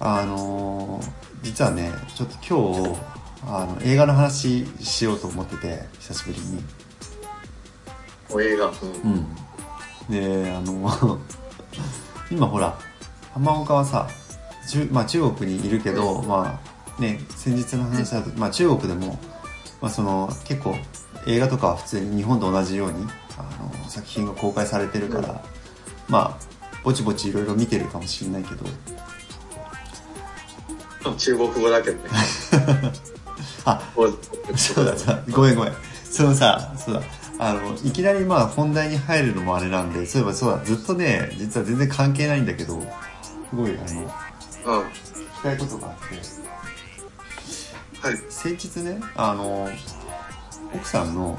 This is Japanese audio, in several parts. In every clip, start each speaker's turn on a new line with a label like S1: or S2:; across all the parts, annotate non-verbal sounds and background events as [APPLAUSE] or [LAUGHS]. S1: あのー実はねちょっと今日あの映画の話しようと思ってて久しぶりに
S2: お映画、うん、
S1: であの [LAUGHS] 今ほら浜岡はさ、中まあ、中国にいるけど、まあね、先日の話だと、まあ、中国でも、まあ、その結構映画とかは普通に日本と同じようにあの作品が公開されてるから、
S2: うん
S1: まあぼちぼちいろいろ見てるかもしれないけど
S2: 中国語だけどね
S1: [LAUGHS] あ
S2: お
S1: そうだそうだごめんごめんそのさそうだあのいきなりまあ本題に入るのもあれなんでそういえばそうだずっとね実は全然関係ないんだけどすごいあの
S2: うんはい
S1: 聞きたいことがあって先日ねあの奥さんの、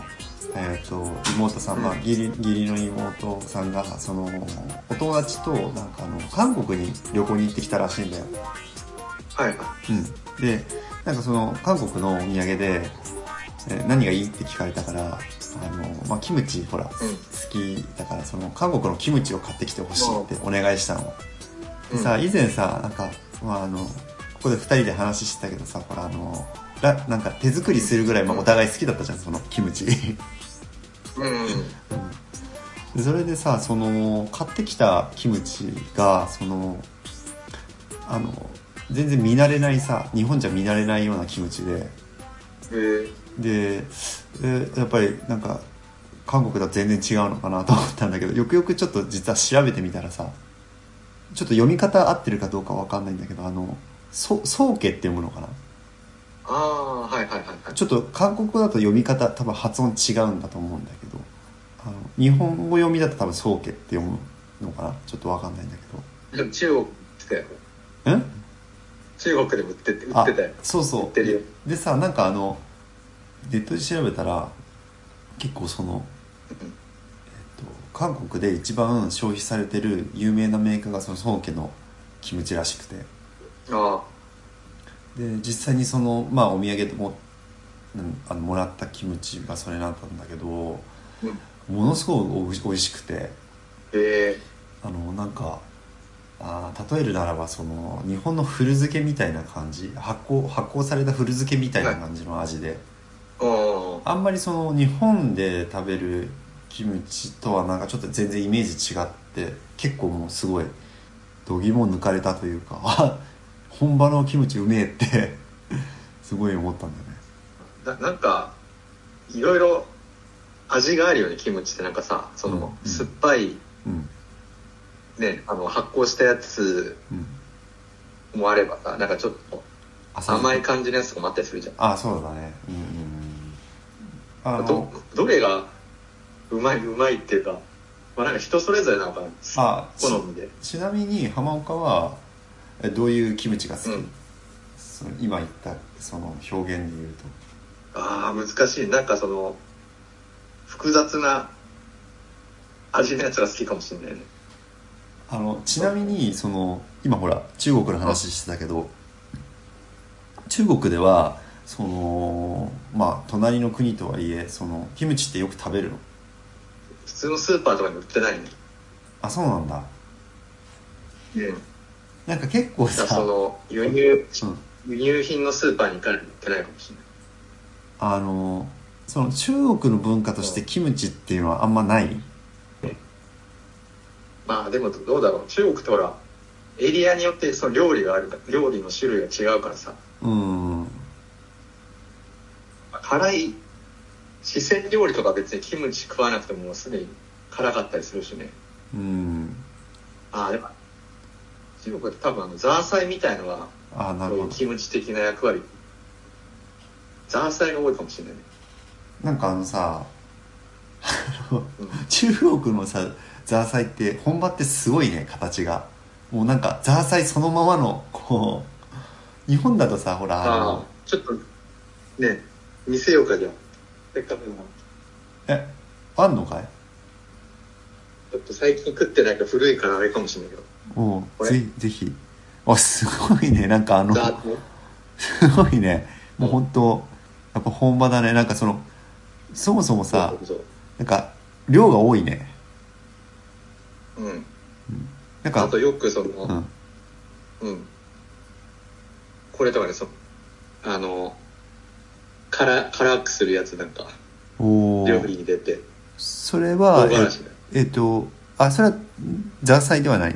S1: えー、と妹さん、まあ、義理義理の妹さんがそのお友達となんかあの韓国に旅行に行ってきたらしいんだよ
S2: はい
S1: うん、でなんかその韓国のお土産で、えー何がいいって聞かれたからあの、まあ、キムチほら好
S2: うん
S1: きだからその韓国のキムチを買ってきてほしいってお願いしたので
S2: うん
S1: さ以前さなんか、まあ、あのここで2人で話してたけどさほらあのらなんか手作りするぐらい、まあ、お互い好きだったじゃんそのキムチ [LAUGHS]
S2: うん
S1: でそれでさその買ってきたキムチがそのあの全然見慣れないさ日本じゃ見慣れないようなキムチで
S2: えー、
S1: でえやっぱりなんか韓国とは全然違うのかなと思ったんだけどよくよくちょっと実は調べてみたらさちょっと読み方合ってるかどうかわかんないんだけどあのソソーケって読むのかな
S2: ああはいはいはいはい
S1: ちょっと韓国語だと読み方多分発音違うんだと思うんだけどあの日本語読みだと多分ソーケって読むのかなちょっとわかんないんだけ
S2: でも中国来たよ
S1: どん
S2: 中国で売ってて売ってたよ
S1: そうそう
S2: 売ってるよ
S1: でさなんかあのネットで調べたら結構その、えっと、韓国で一番消費されてる有名なメーカーがその孫家のキムチらしくてで
S2: あ
S1: 実際にそのまあお土産でもうんあのもらったキムチがそれだったんだけども
S2: あうん
S1: のすごいおい美味しくて
S2: え
S1: あのなんかあー例えるならばその日本の古漬けみたいな感じ発酵発酵された古漬けみたいな感じの味で。
S2: ー、ああ
S1: あんまりその日本で食べるキムチとはなんかちょっと全然イメージ違って結構もうすごい度肝抜かれたというか [LAUGHS] あ本場のキムチうめえって [LAUGHS] すごい思ったんだよね
S2: ななんかいろいろ味があるよねキムチってなんかさその、
S1: うん
S2: 酸っぱい
S1: うん
S2: ねあの発酵したやつ
S1: うん
S2: もあればさなんかちょっと
S1: 朝
S2: 甘い感じのやつとかもあったりするじゃん
S1: あそうだねうんうんうんあ
S2: ど
S1: の
S2: どれがうまいうまいっていうかまあなんか人それぞれなのかな
S1: あち
S2: 好みで
S1: ちなみに浜岡はえどういうキムチが好き、
S2: うん
S1: その今言ったその表現で言うと
S2: ああ難しいなんかその複雑な味のやつが好きかもしれないね
S1: あのちなみにその今ほら中国の話してたけど中国ではそのまあ隣の国とはいえそのキムチってよく食べるの
S2: 普通のスーパーとかに売ってないね
S1: あそうなんだ
S2: うん
S1: なんか結構
S2: だから
S1: さ
S2: その輸入
S1: うん、
S2: 輸入品のスーパーに行かないと売ってないかもしれない
S1: あのその中国の文化としてキムチっていうのはあんまない
S2: まあでもどうだろう中国ってほらエリアによってその料理があるから料理の種類が違うからさ
S1: うん
S2: まあ辛い四川料理とか別にキムチ食わなくてももうすでに辛かったりするしね
S1: うん
S2: ああでも中国って多分あのザーサイみたいのは
S1: あな
S2: そ
S1: る
S2: うい
S1: ほ
S2: う
S1: ど
S2: キムチ的な役割ザーサイが多いかもしれないね、
S1: なんかあのさあの
S2: うん、
S1: 中国のさザーサイって本場ってすごいね形がもうなんかザーサイそのままのこう日本だとさほらあ
S2: ああ
S1: の
S2: ちょっとね見せようかじゃあせっかくなの
S1: えあんのかい
S2: ちょっと最近食ってないから古いからあれかもしれないけど
S1: もう
S2: これ
S1: ぜひぜひあすごいねなんかあの
S2: ザーサ
S1: す
S2: イ
S1: ごいねもう本当やっぱ本場だねなんかそのそもそもさ
S2: そうそう
S1: なんか量が多いね
S2: そううん
S1: なん
S2: あ
S1: か
S2: とよくそ
S1: うん
S2: の、うん、これとかねそあの辛辛くするやつなんか
S1: おお
S2: 料理に出て
S1: それ
S2: 唐
S1: は
S2: 辛子で
S1: えっ、えっとあそれはザーサイではない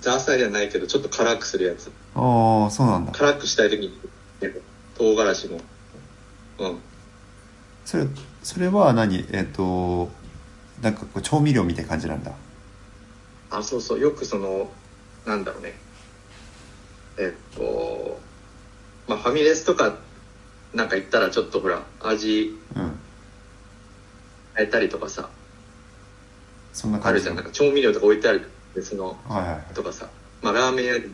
S2: ザーサイじゃないけどちょっと辛くするやつ
S1: ああそうなんだ
S2: 辛くしたい時に唐辛子のうん
S1: それそれは何えっ、となんかこう調味料みたいな感じなんだ
S2: あそうそうよくそのなんだろうねえっとまあファミレスとかなんか行ったらちょっとほら味
S1: うん
S2: 変えたりとかさ
S1: そんな
S2: あ
S1: 感
S2: る
S1: じ
S2: じゃんなんか調味料とか置いてある別の
S1: はいはいはい
S2: とかさまあラーメン屋に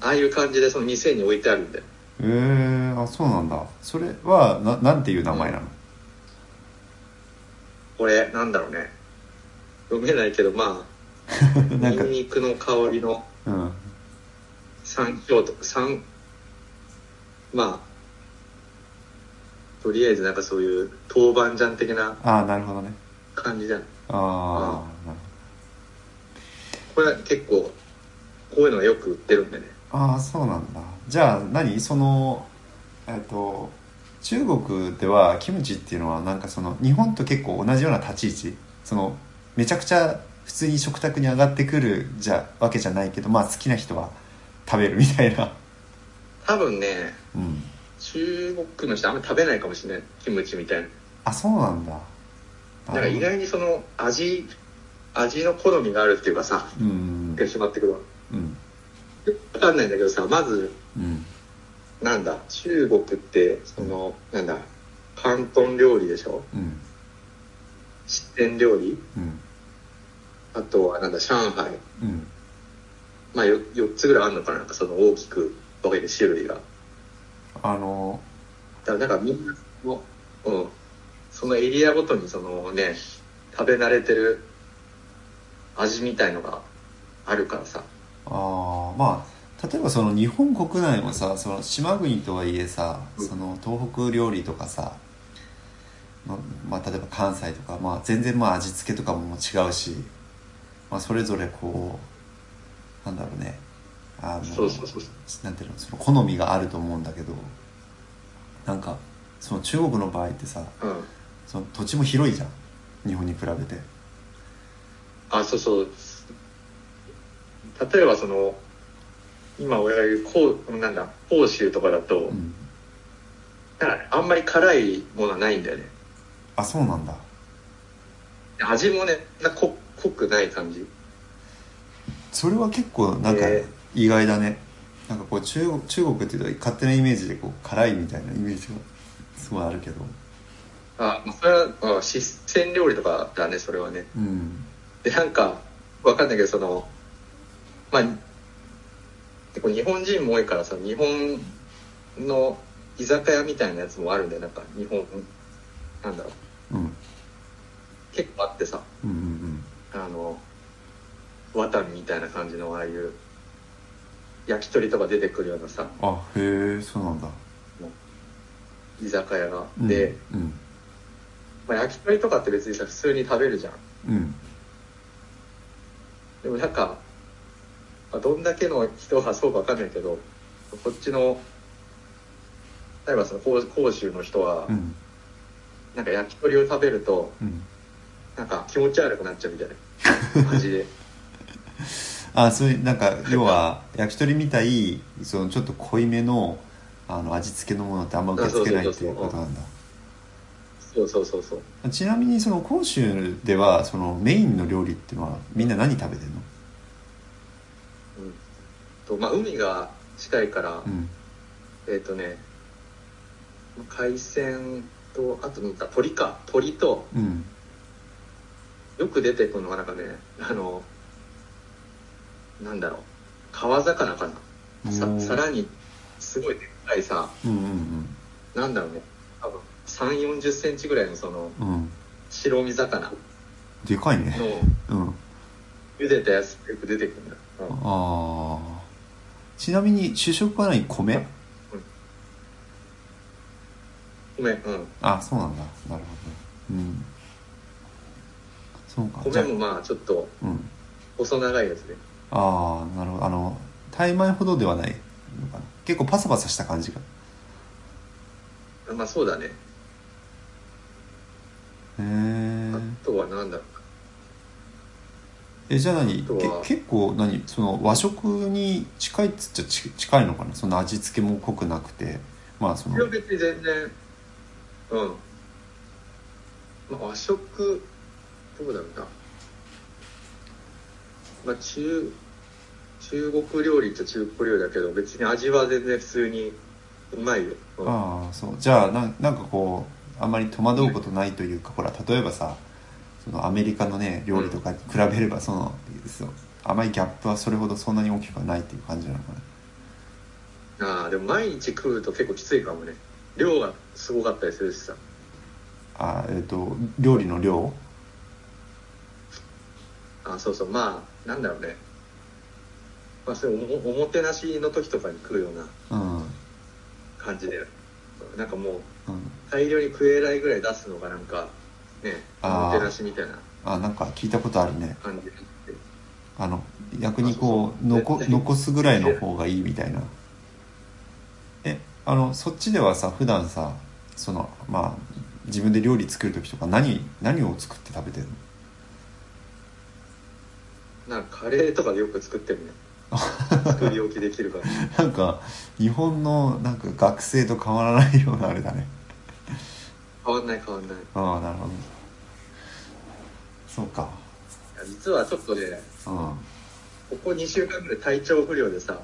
S2: ああいう感じでその店に置いてあるんだよ
S1: えー、あそうなんだそれはななんていう名前なの、
S2: これなんだろうね読めないけどまあ
S1: な
S2: ニ
S1: んか
S2: ンニクの香りの
S1: うん
S2: 山椒とか山まあとりあえずなんかそういう豆板醤的な
S1: ああなるほどね
S2: 感じじゃん
S1: ああなる
S2: これは結構こういうのがよく売ってるんでね
S1: ほどああそうなんだじゃあ何そのえっと中国ではキムチっていうのはなんかその日本と結構同じような立ち位置そのめちゃくちゃ普通に食卓に上がってくるじゃわけじゃないけどまあ好きな人は食べるみたい
S2: [LAUGHS]
S1: な
S2: 多分ね
S1: うん
S2: 中国の人あんまり食べないかもしれないキムチみたいな
S1: あそうなんだ
S2: だから意外にその味味の好みがあるっていうかさ
S1: うん
S2: 決まってくるわ
S1: うん
S2: わかんないんだけどさまず
S1: うん
S2: なんだ中国ってそのなんだ広東料理でしょ
S1: うん
S2: 四川料理
S1: うん
S2: あとはなんだ上海
S1: うん
S2: まあ、よ4つぐらいあるのかななんかその大きく分けて種類がだ
S1: あの
S2: からなんかみんなの、うん、そのエリアごとにそのね食べ慣れてる味みたいのがあるからさ
S1: あーまあ例えばその日本国内もさその島国とはいえさ
S2: うん
S1: その東北料理とかさ、ままあ、例えば関西とか、まあ、全然まあ味付けとかも違うし、まあ、それぞれこうなんだろうねあの
S2: そうそうそう
S1: なんていうのその好みがあると思うんだけどなんかその中国の場合ってさ
S2: うん
S1: その土地も広いじゃん日本に比べて。
S2: あそうそう例えばその今俺が言うこうなんだ甲州とかだと
S1: うん、
S2: なんかあんまり辛いものはないんだよね
S1: あそうなんだ
S2: 味もねなんか濃濃くない感じ
S1: それは結構なんか
S2: え
S1: 意外だね、なんかこう中国中国っていうと勝手なイメージでこう辛いみたいなイメージがすごいあるけど
S2: あまあそれはあ四川料理とかだねそれはね
S1: うん
S2: でなんかわかんないけどそのまあ結構日本人も多いからさ日本の居酒屋みたいなやつもあるんでなんか日本なんだろう
S1: うん
S2: 結構あってさ
S1: うんうん
S2: あのワタミみたいな感じのああいう焼き鳥とか出てくるようなさ
S1: うんあへえそうなんだ
S2: 居酒屋が、
S1: うん
S2: で、
S1: うん
S2: まあ、焼き鳥とかって別にさ普通に食べるじゃん
S1: うん
S2: でもなんか、まあ、どんだけの人がそうかわかんないけど、こっちの、例えばその甲甲州の人は
S1: う、ん
S2: なんか焼き鳥を食べると、
S1: うん
S2: なんか気持ち悪くなっちゃうみたいな感じで。
S1: [LAUGHS] あそういうなんか要は焼き鳥みたいそのちょっと濃いめのあの味付けのものってあんま受け付けないっていうことなんだ
S2: そうそうそうそう。
S1: ちなみにその甲州ではそのメインの料理っていうのはみんな何食べてんの
S2: うんとまあ、海が近いから、
S1: うん
S2: えっ、とね、海鮮と、あとなんか鳥か。鳥と、
S1: うん
S2: よく出てくるのがなんかね、あの、なんだろう、川魚かな。さ
S1: おー
S2: さらにすごいでっかいさ
S1: うんうん
S2: なんだろうね多分3 4 0センチぐらいのその
S1: うんうん
S2: 白身魚の
S1: でかいねうん
S2: 茹でたやつよく出てくるんだ、うん
S1: ああちなみに主食は何米
S2: ごめん、うん、
S1: あそうなんだなるほどうんそうかじ
S2: 米
S1: ゃ
S2: もまあちょっと
S1: あうん
S2: 細長いやつで
S1: ああなるほどあのタイ米ほどではない結構パサパサした感じが
S2: まあそうだね
S1: へ
S2: あ
S1: ー
S2: とはなんだろ
S1: えじゃあ何
S2: あとは
S1: け結構何その和食に近いっつっちゃち近いのかなその味付けも濃くなくてまあそうの
S2: いや別に全然うん、まあ、和食どうだろうな、まあ、中中国料理っちゃ中国料理だけど別に味は全然普通にうまいよ、うん
S1: ああそうじゃあなんなんかこうあんまり戸惑うことないというかほら例えばさそのアメリカのね料理とかに比べればそのそうあまりギャップはそれほどそんなに大きくはないっていう感じなのかな
S2: ああでも毎日食うと結構きついかもね量がすごかったりするしさ
S1: あーえっ、と料理の量
S2: あそうそうまあなんだろうねまあそれおもおもてなしの時とかに食うような
S1: うんうん
S2: 感じでなんかもう大量に食えないぐらい出すのがなんかねお
S1: あー
S2: もてなしみたいな
S1: あなんか聞いたことあるね
S2: 感じで
S1: あの逆にこう
S2: あそうそう
S1: 残
S2: 絶対
S1: 残すぐらいの方がいいみたいなえあのそっちではさ普段さそのまあ自分で料理作る時とか何何を作って食べてるの
S2: なんかカレーとかでよく作ってるね
S1: [LAUGHS]
S2: 作り置きできるから
S1: なんか日本のなんか学生と変わらないようなあれだね
S2: 変わんない変わんないい
S1: ああなるほどそうか
S2: や実はちょっとね
S1: うん [LAUGHS]
S2: ここ2週間ぐらい体調不良でさ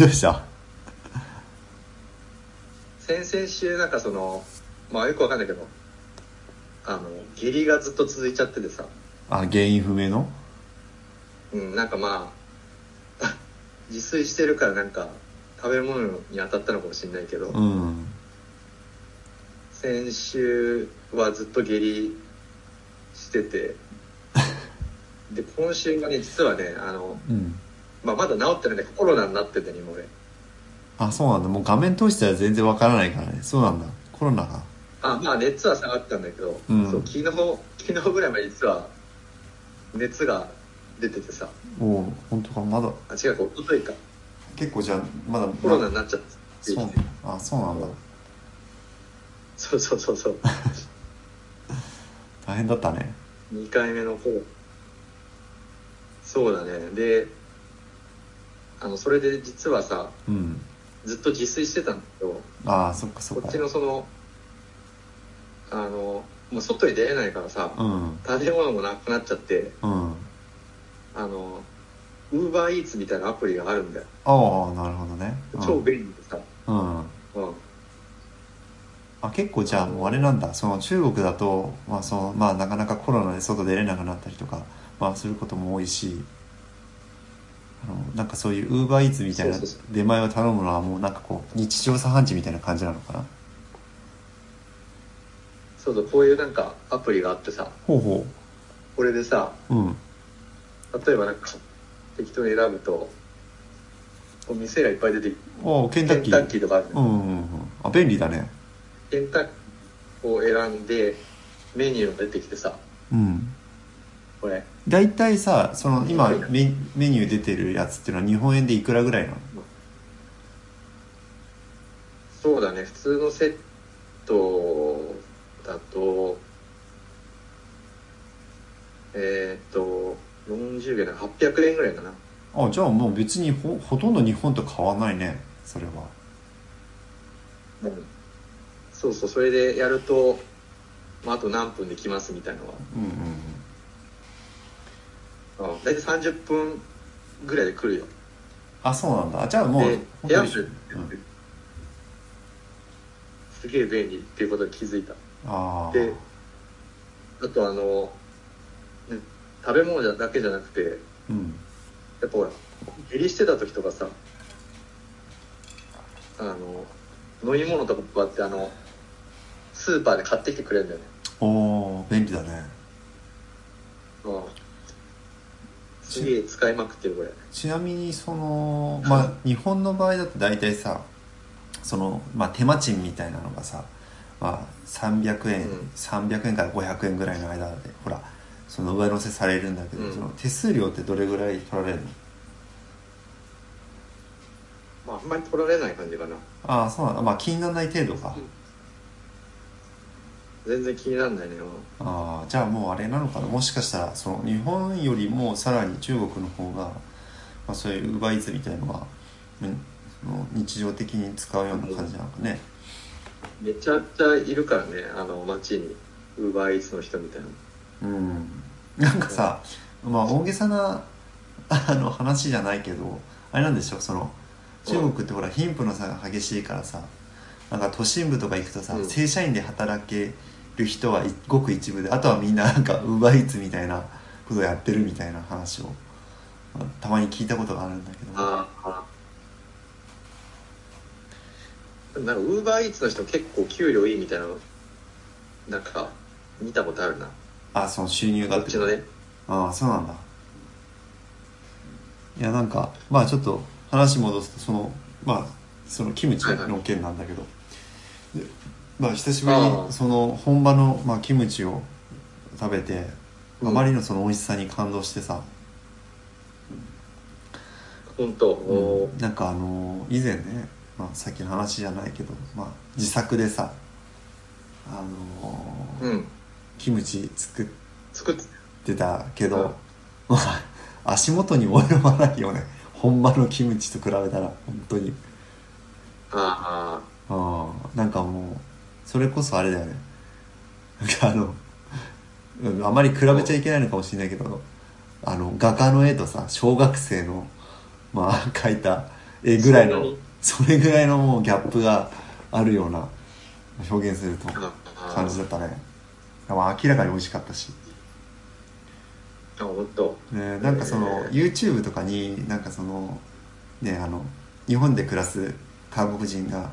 S1: どうした
S2: 先々週なんかそのまあよくわかんないけどあの下痢がずっと続いちゃっててさ
S1: あ原因不明の
S2: うんなんかまあ [LAUGHS] 自炊してるからなんか食べ物に当たったのかもしれないけど、
S1: うん
S2: 先週はずっと下痢してて
S1: [LAUGHS]
S2: で今週がね実はねあの、
S1: うん
S2: まあ、まだ治ってないんだけどコロナになっててね今俺
S1: あそうなんだもう画面通しては全然わからないからねそうなんだコロナが
S2: あまあ熱は下がったんだけど、
S1: うん
S2: そう昨日昨日ぐらいまで実は熱が出ててさ
S1: おお本当かまだ
S2: あ違うかおとといか
S1: 結構じゃあまだ
S2: コロナになっちゃって
S1: そうあそうなんだ
S2: そうそうそ
S1: [LAUGHS]
S2: うそう
S1: 大変だったね
S2: 2回目の方そうだねであのそれで実はさ
S1: うん
S2: ずっと自炊してたんだけど
S1: ああそっかそっ
S2: こ
S1: か
S2: っちのそのあのもう外に出れないからさ
S1: うん
S2: 食べ物もなくなっちゃって
S1: うん
S2: あのウーバーイーツみたいなアプリがあるんだよ
S1: ああなるほどねうん
S2: 超便利でさ、
S1: うん
S2: うん、
S1: あ結構じゃあもうあれなんだその中国だと、まあそのまあ、なかなかコロナで外出れなくなったりとか、まあ、することも多いしあのなんかそういうウーバーイーツみたいな
S2: そうそうそ
S1: 出前を頼むのはもうなんかこう日常茶飯事みたいな感じなのかな
S2: そうそうこういうなんかアプリがあってさ
S1: ほうほ
S2: これでさ
S1: ううん
S2: 例えばなんか適当に選ぶとこう店がいっぱい出てきて
S1: おケンタ
S2: ケ
S1: ッ
S2: ン
S1: キ
S2: タ
S1: ー
S2: ッキーとかあるの
S1: う
S2: よ、
S1: んうんうんあ便利だね
S2: ケンタッキーを選んでメニューが出てきてさ
S1: うん
S2: これ
S1: 大体さその今メメニュー出てるやつっていうのは日本円でいくらぐらいなの
S2: そうだね普通のセットだとえーっ、と40円だから800円ぐらいかな
S1: あじゃあもう別にほほとんど日本と変わらないねそれは
S2: うんそうそうそれでやると、まあ、あと何分で来ますみたいなの
S1: うんうん
S2: は、うん、大体30分ぐらいで来るよ
S1: あそうなんだあじゃあもう
S2: で
S1: 本
S2: 部屋
S1: 当
S2: も
S1: に
S2: す
S1: うん
S2: すげえ便利っていうことに気づいた
S1: あ
S2: であとあのね食べ物じゃだけじゃなくて
S1: あうん
S2: やっぱほら下痢してた時とかさあの飲み物とかこうやってあのスーパーで買ってきてくれるんだよね、
S1: おー便利だね
S2: うん、すげえ使いまくってるこれ
S1: ちなみにそのまあ
S2: [LAUGHS]
S1: 日本の場合だと大体さその、まあ、手間賃みたいなのがさ、まあ、300円、
S2: うん
S1: 300円から500円ぐらいの間でほらその上乗せされるんだけど、
S2: うん
S1: その手数料ってどれぐらい取られるの
S2: まあ、あんまり取られない感じかな。
S1: ああそうなんだまあ気にならない程度か
S2: 全然気にならないね。
S1: ああじゃあもうあれなのかなもしかしたらその日本よりもさらに中国の方が、まあ、そういうウーバーイーツみたいのが、うん、その日常的に使うような感じなのかね
S2: めちゃくちゃいるからね、あの、街に。ウーバーイーツの人みたいな。
S1: うんなんかさまあ大げさなあの話じゃないけどあれなんでしょその中国ってほら貧富の差が激しいからさなんか都心部とか行くとさ、
S2: うん
S1: 正社員で働ける人はごく一部であとはみんななんかウーバーイーツみたいなことやってるみたいな話をまあたまに聞いたことがあるんだけど
S2: ああ。でもなんか、ウーバーイーツの人結構給料いいみたいなの、なんか、見たことあるな。
S1: あその収入が
S2: こ
S1: っ
S2: ってちのね。
S1: ああそうなんだいやなんかまあちょっと話戻すとそのまあそのキムチの件なんだけど、でまあ久しぶり
S2: あ
S1: に
S2: あ
S1: その本場の、まあ、キムチを食べて
S2: うん
S1: あまりのその美味しさに感動してさ、
S2: 本当。お
S1: なんかあの以前ね、まあ、さっきの話じゃないけど、まあ、自作でさあの
S2: ーうん。
S1: キムチ作っ
S2: 作って、
S1: ってたけど、まあ [LAUGHS] 足元に及ばないよね本場のキムチと比べたら本当に
S2: あ
S1: ああなんかもうそれこそあれだよねなんかあのうんあまり比べちゃいけないのかもしれないけどあの画家の絵とさ小学生のまあ描いた絵ぐらい
S2: そんな
S1: の
S2: に
S1: それぐらいのもうギャップがあるような表現すると
S2: ーあー。あ
S1: 感じだったねまあ明らかに美味しかったし
S2: あ。本当。
S1: ね、なんかその
S2: えー
S1: YouTube とかになんかそのねあの日本で暮らす韓国人が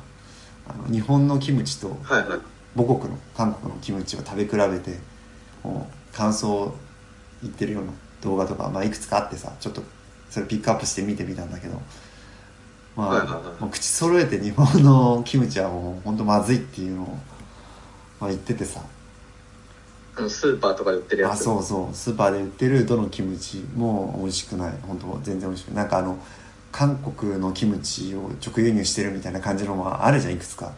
S1: あの日本のキムチと
S2: はいはい。
S1: 母国の韓国のキムチを食べ比べてこう感想を言ってるような動画とか、まあ、いくつかあってさちょっとそれピックアップして見てみたんだけど、まあ
S2: はいはいはい
S1: もう口揃えて日本のキムチはもうほんとまずいっていうのを、まあ、言っててさ
S2: あのスーパーとかで売ってるや
S1: あ
S2: つ。
S1: そうそうスーパーで売ってるどのキムチも美味しくない本当全然美味しくないなんかあの韓国のキムチを直輸入してるみたいな感じのもあるじゃんいくつか、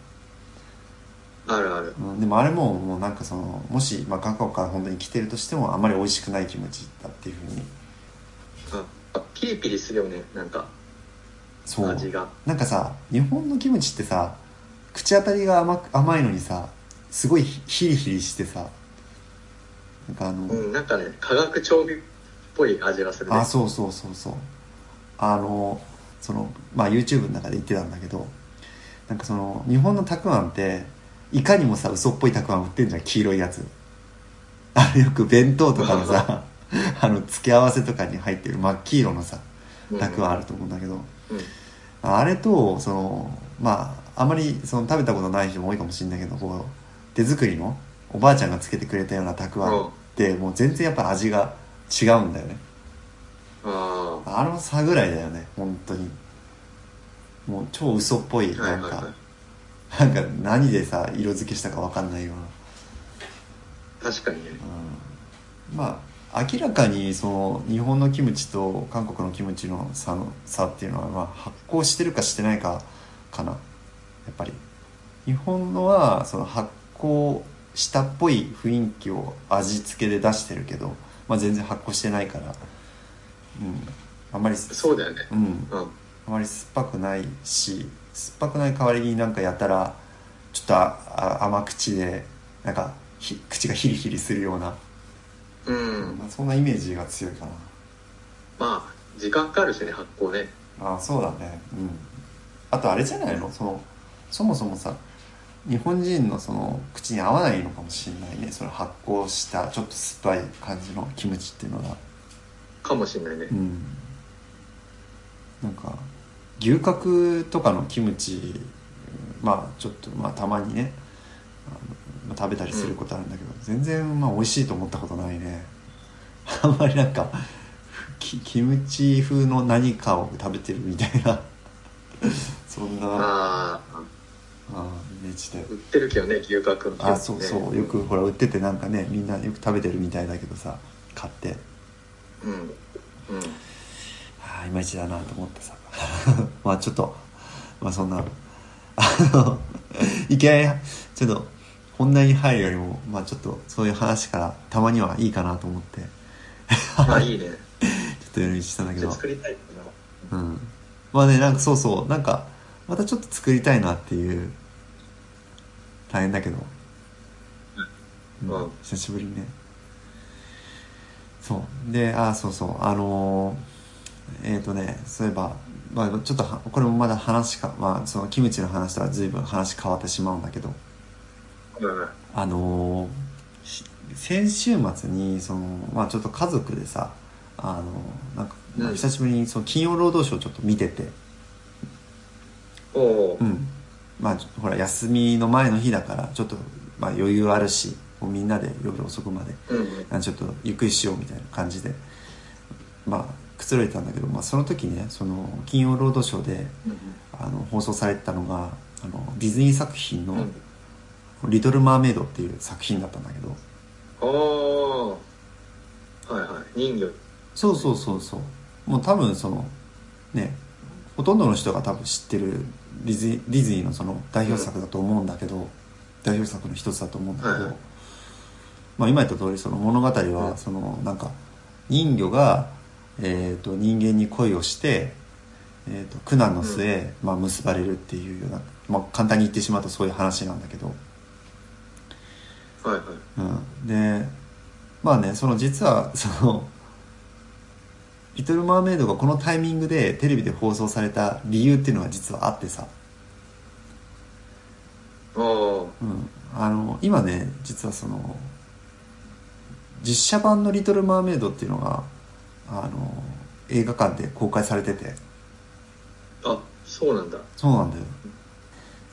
S2: あるある。
S1: うん、でもあれももうなんかそのもし、まあ、韓国から本当に来てるとしてもあんまり美味しくないキムチだっていうふうに
S2: あピリピリするよね、なんか、
S1: そう
S2: 味が。
S1: なんかさ日本のキムチってさ口当たりが甘く甘いのにさすごいヒヒリヒリしてさなんかあの、
S2: うん、なんかね、化学調味っぽい味がするね。
S1: あそうそうそうそうあのそのまあ YouTube の中で言ってたんだけどなんかその日本のたくあんっていかにもさ嘘っぽいたくあん売ってんじゃん黄色いやつ [LAUGHS] あれよく弁当とかのさ [LAUGHS] あの付け合わせとかに入ってる真っ黄色のさ
S2: うん
S1: たくあんあると思うんだけど、
S2: うん。
S1: あれとそのまああまりその食べたことない人も多いかもしれないけどこう手作りのおばあちゃんがつけてくれたようなたくあんってもう全然やっぱ味が違うんだよね
S2: あ
S1: あの差ぐらいだよね本当にもう超嘘っぽい
S2: あ。はい
S1: な
S2: はい
S1: んか、な
S2: は。
S1: んか何でさ色付けしたか分かんないようない
S2: 確かにね。、
S1: うん、まあ明らかにその日本のキムチと韓国のキムチの差の差っていうのは、まあ、発酵してるかしてないかかなやっぱり日本のはその発酵したっぽい雰囲気を味付けで出してるけど、まあ、全然発酵してないから、うん、あんまり
S2: そうだよね。
S1: うん、
S2: うん。
S1: あまり酸っぱくないし酸っぱくない代わりになんかやたらちょっとああ甘口でなんかひ口がヒリヒリするような、
S2: うん。
S1: まあ、そんなイメージが強いかな
S2: まあ、時間かかるしね、発酵ね。
S1: ああそうだねうんあとあれじゃないのそのそもそもさ日本人のその口に合わないのかもしれないねその発酵したちょっと酸っぱい感じのキムチっていうのが
S2: かもしんないね
S1: う。んなんか牛角とかのキムチまあちょっとまあたまにねあの食べたりすることあるんだけど、全然まあ美味しいと思ったことないね [LAUGHS] あんまりなんかキキムチ風の何かを食べてるみたいな [LAUGHS] そんなあ
S2: ああ。
S1: あイメージで
S2: 売ってるけどね、牛角の、ね。
S1: あそうそうよく。ほら売っててなんかねみんなよく食べてるみたいだけどさ買って [LAUGHS]
S2: うん。うん。
S1: [LAUGHS] ああいまいちだなと思ってさまあちょっとまあそんなあの [LAUGHS] いきなりちょっと本題に入るよりもまあちょっとそういう話からたまにはいいかなと思ってちょ
S2: まあいいね。
S1: っと寄り道したんだけ
S2: じゃあ
S1: ど
S2: 作りたいな。
S1: うん、まあねなんかそうそうなんかまたちょっと作りたいなっていう大変だけど、
S2: うん
S1: うん久しぶりにねそうであそうそうあのーえっ、とねそういえば、まあ、ちょっとはこれもまだ話か、まあ、そのキムチの話とは随分話変わってしまうんだけど
S2: うん。
S1: あのーし先週末にその、まあ、ちょっと家族でさあのなんかまあ
S2: うん
S1: 久しぶりにその金曜ロードショーをちょっと見てて、
S2: おお
S1: う。んまあ、ちょほら休みの前の日だからちょっと、まあ、余裕あるしもうみんなで夜遅くまで
S2: うん。
S1: あちょっとゆっくりしようみたいな感じで、まあ、くつろいでたんだけど、まあ、その時ねその金曜ロードショーであの放送されてたのがあのディズニー作品
S2: うん。う
S1: の
S2: ん。
S1: 「リトル・マーメイド」っていう作品だったんだけど。
S2: おお。はいはい。人魚。
S1: そうそうそうそうもう多分そのねほとんどの人が多分知ってるディズニーディズニーのその代表作だと思うんだけど、代表作の一つだと思うんだけど、
S2: はい
S1: まあ、今言った通りその物語
S2: う
S1: は
S2: ん
S1: そのなんか人魚が、えー、と人間に恋をして、えー、と苦難の末、まあ、結ばれるっていうような、まあ、簡単に言ってしまうとそういう話なんだけど。
S2: はいはい。
S1: うん、でまあねその実はその「リトル・マーメイド」がこのタイミングでテレビで放送された理由っていうのが実はあってさ、
S2: おお。
S1: うん、あの今ね実はその実写版の「リトル・マーメイド」っていうのがあの映画館で公開されてて
S2: あ、そうなんだ。
S1: そうなんだよ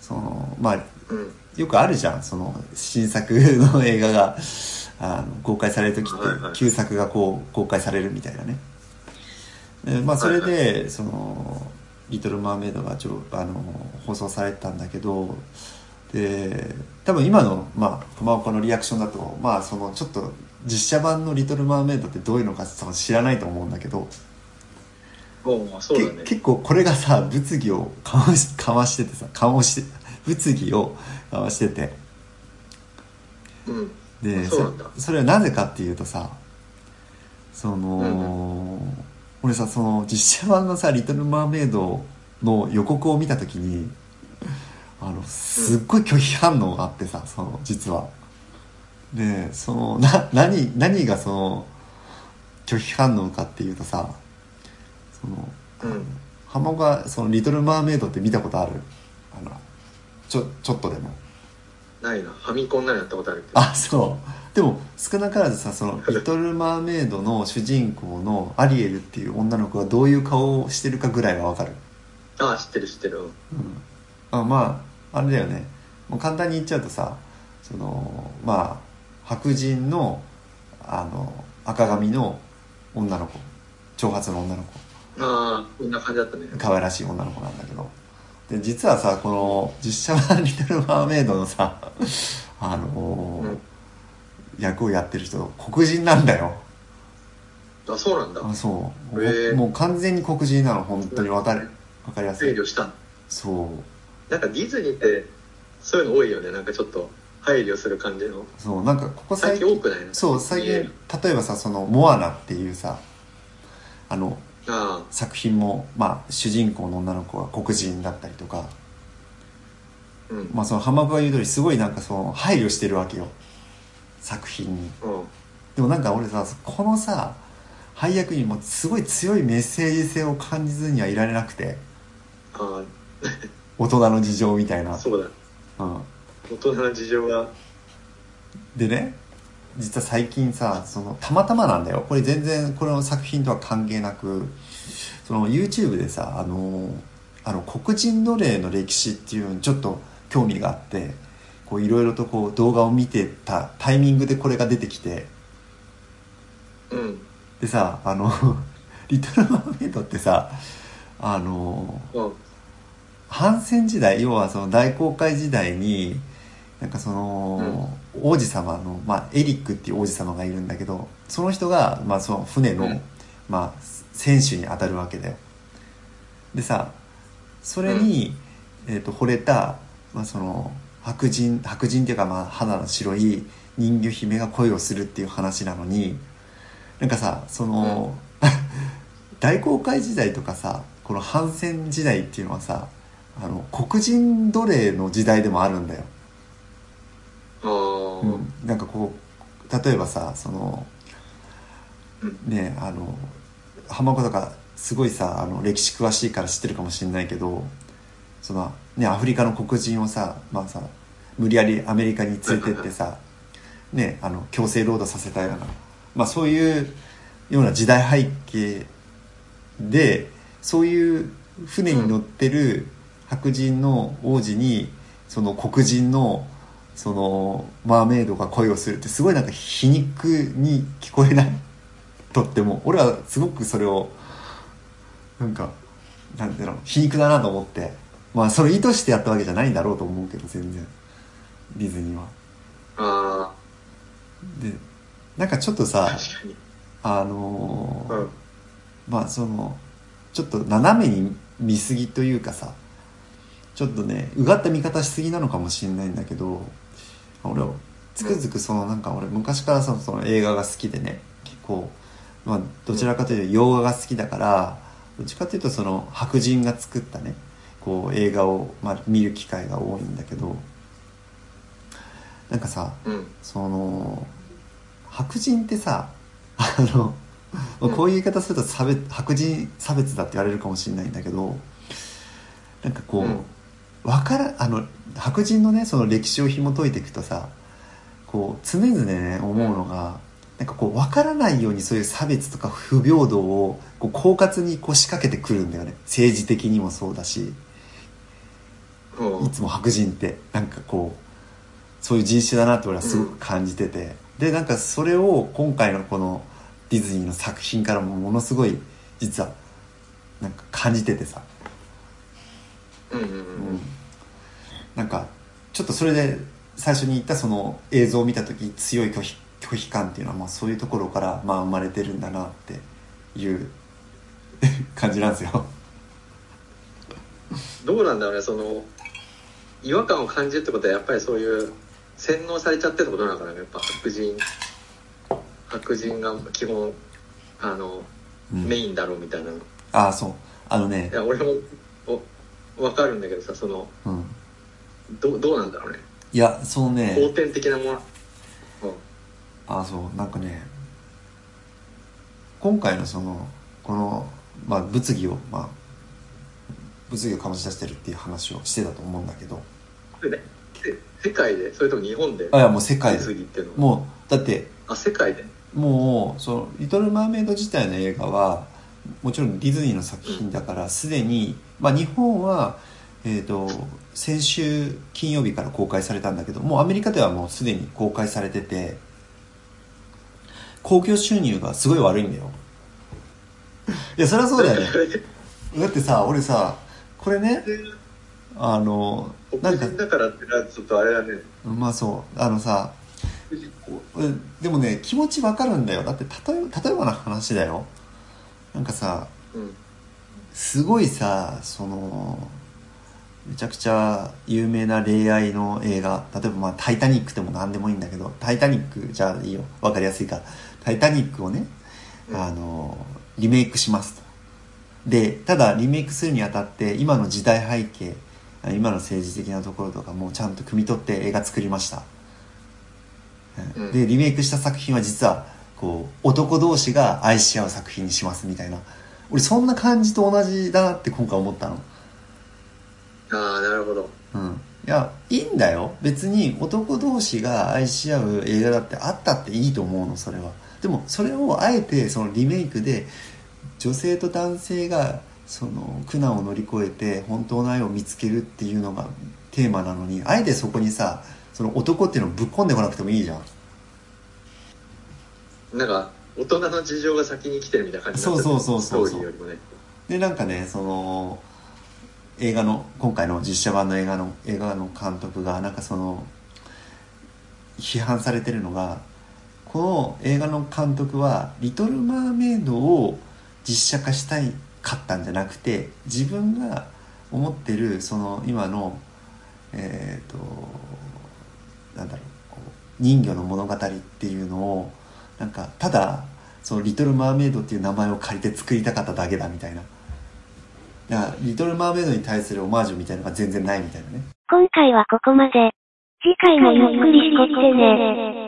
S1: そのまあ
S2: うん。
S1: よくあるじゃんその新作の映画があの公開される時って
S2: はいはい
S1: 旧作がこう公開されるみたいなねでまあそれでその「リトル・マーメイド」がちょあの放送されたんだけどで多分今のまあ浜岡のリアクションだとまあそのちょっと実写版の「リトル・マーメイド」ってどういうのか多分知らないと思うんだけど
S2: おお、そうだ
S1: け
S2: ね。
S1: 結構これがさ物議をかわしかわしててさかわして物議をかわしてて。
S2: うん。
S1: で
S2: あ
S1: そ
S2: そうなんだ
S1: それはなぜかっていうとさその、俺さその実写版のさ「リトル・マーメイド」の予告を見た時にあのすっごい拒否反応があってさその実は。でそのな何何がその拒否反応かっていうとさその
S2: うん。
S1: 浜岡その「リトル・マーメイド」って見たことあるあのちょちょっとでも。
S2: ないな。ファミコンならやったことあるけど。
S1: あそうでも少なからずさその「リトル・マーメイド」の主人公のアリエルっていう女の子がどういう顔をしてるかぐらいはわかる、
S2: あ、知ってる知ってる。うん
S1: うん、あまああれだよねもう簡単に言っちゃうとさそのまあ白人のあの赤髪の女の子長髪の女の子
S2: ああ、こんな感じだったね。
S1: 可愛らしい女の子なんだけどで実はさこの実写版「リトル・マーメイド」のさ [LAUGHS] あのー
S2: うん
S1: 役をやってる人黒人なんだよ
S2: あ、そうなんだ。
S1: あそう、
S2: へえ
S1: もう完全に黒人なの本当にわかるわかりやす
S2: 配
S1: い
S2: 慮した。
S1: そう
S2: なんかディズニーって、そういうの多いよね。なんかちょっと配慮する感じの。
S1: そうなんかここ
S2: 最
S1: 最
S2: 近多
S1: 近
S2: くないの
S1: そう最近
S2: え
S1: 例えばさその「モアナ」っていうさあの
S2: あ
S1: 作品も、まあ、主人公の女の子が黒人だったりとか、
S2: あ、うん。
S1: まあ、その浜川言う通りすごいなんかその配慮してるわけよ作品に
S2: うん。
S1: でもなんか俺さこのさ配役にもすごい強いメッセージ性を感じずにはいられなくて
S2: あ
S1: 大人の事情みたい
S2: あ、
S1: な、
S2: そうだ。
S1: うん、
S2: 大人の事情が。
S1: でね実は最近さそのたまたまなんだよこれ全然これの作品とは関係なくその YouTube でさあのあの黒人奴隷の歴史っていうのにちょっと興味があってこういろいろとこう動画を見てたタイミングでこれが出てきて
S2: うん。
S1: でさあの「リトル・マーメイド」ってさあの
S2: うん。
S1: 反戦時代要はその大航海時代になんかその、王子様の、まあ、エリックっていう王子様がいるんだけどその人が、まあ、その船の、
S2: うん
S1: まあ、船首に当たるわけだよ。でさそれに、えー、と惚れた、まあ、その白人白人っていうかまあ肌の白い人魚姫が恋をするっていう話なのになんかさその、 [LAUGHS] 大航海時代とかさこの反戦時代っていうのはさあの黒人奴隷の時代でもあるんだよ。
S2: あー
S1: うん、なんかこう例えばさその
S2: うん
S1: ねあの浜岡とかすごいさあの歴史詳しいから知ってるかもしれないけどその、ね、アフリカの黒人をさ,、まあ、さ無理やりアメリカに連れてってさ、ね、あの強制労働させたような、まあ、そういうような時代背景でそういう船に乗ってる白人の王子にその黒人のそのマーメイドが恋をするってすごいなんか皮肉に聞こえないとっても俺はすごくそれをなんかなんていうの皮肉だなと思ってまあそれ意図してやったわけじゃないんだろうと思うけど全然ディズニーは。
S2: あ
S1: でなんかちょっと
S2: ー
S1: さ
S2: 確かに
S1: あのー
S2: うん
S1: まあそのちょっと斜めに見すぎというかさちょっとねうがった見方しすぎなのかもしれないんだけど俺つくづくそのなんか俺昔からそのその映画が好きでね結構、まあ、どちらかというと洋画が好きだからどっちかというとその白人が作ったねこう映画を、まあ、見る機会が多いんだけどなんかさ
S2: うん
S1: その白人ってさあの、
S2: うん
S1: こういう言い方すると差別白人差別だって言われるかもしれないんだけどなんかこう、
S2: うん
S1: わからあの白人のねその歴史を紐解いていくとさこう常々ね思うのが、なんかこう分からないようにそういう差別とか不平等をこう狡猾にこう仕掛けてくるんだよね政治的にもそうだし
S2: うん
S1: いつも白人ってなんかこうそういう人種だなって俺はすごく感じてて、でなんかそれを今回のこのディズニーの作品からもものすごい実はなんか感じててさ、
S2: うんうん
S1: うん、なんかちょっとそれで最初に言ったその映像を見た時強い拒否拒否感っていうのはまあそういうところからまあ生まれてるんだなっていう [LAUGHS] 感じなんですよ。
S2: どうなんだろうねその違和感を感じるってことはやっぱりそういう洗脳されちゃってるってことなのかなやっぱ白人白人が基本あの、
S1: うん
S2: メインだろうみたいなのい
S1: ああそうあのね、
S2: や俺もおわかるんだけどさその
S1: うん、
S2: どうどうなんだろうね
S1: いやそうね
S2: 後天的なもの、うん
S1: あそうなんかね今回のそのこの、まあ、物議を、まあ、物議を醸し出してるっていう話をしてたと思うんだけど
S2: それでえ世界でそれとも日本で
S1: あいやもう世界
S2: 次
S1: で
S2: っていうの
S1: もうだって
S2: あ世界で
S1: もうその「リトル・マーメイド」自体の映画はもちろんディズニーの作品だからすでに、まあ、日本は、えー、と先週金曜日から公開されたんだけどもうアメリカではもうすでに公開されてて興行収入がすごい悪いんだよいやそりゃそうだよねだってさ俺さこれねあのな
S2: 黒
S1: んか
S2: 人だからってのはちょっとあれだね
S1: まあそうあのさおでもね気持ちわかるんだよだって例え例えばの話だよなんかさ
S2: うん
S1: すごいさそのめちゃくちゃ有名な恋愛の映画例えば、まあ「タイタニック」でも何でもいいんだけど「タイタニック」じゃあいいよわかりやすいから「タイタニック」をね
S2: うん
S1: あのリメイクしますとでただリメイクするにあたって今の時代背景今の政治的なところとかもちゃんと汲み取って映画作りました、うん
S2: うん
S1: でリメイクした作品は実はこう男同士が愛し合う作品にしますみたいな俺そんな感じと同じだなって今回思ったの
S2: ああなるほど
S1: うんいやいいんだよ別に男同士が愛し合う映画だってあったっていいと思うのそれはでもそれをあえてそのリメイクで女性と男性がその苦難を乗り越えて本当の愛を見つけるっていうのがテーマなのにあえてそこにさその男っていうのをぶっ込んでこなくてもいいじゃん
S2: なんか大人の事情が先に来てるみたいな感じになっちゃ
S1: そうそうそうそうそう
S2: ストーリーよりもね
S1: でなんかねその映画の今回の実写版の映画の映画の監督がなんかその批判されてるのがこの映画の監督は「リトル・マーメイド」を実写化したいかったんじゃなくて自分が思ってるその今のえっ、となんだろうこう人魚の物語っていうのをなんかただその「リトル・マーメイド」っていう名前を借りて作りたかっただけだみたいな。だからリトル・マーメイドに対するオマージュみたいなのが全然ないみたいなね。
S3: 今回はここまで。次回もゆっくりしてってね。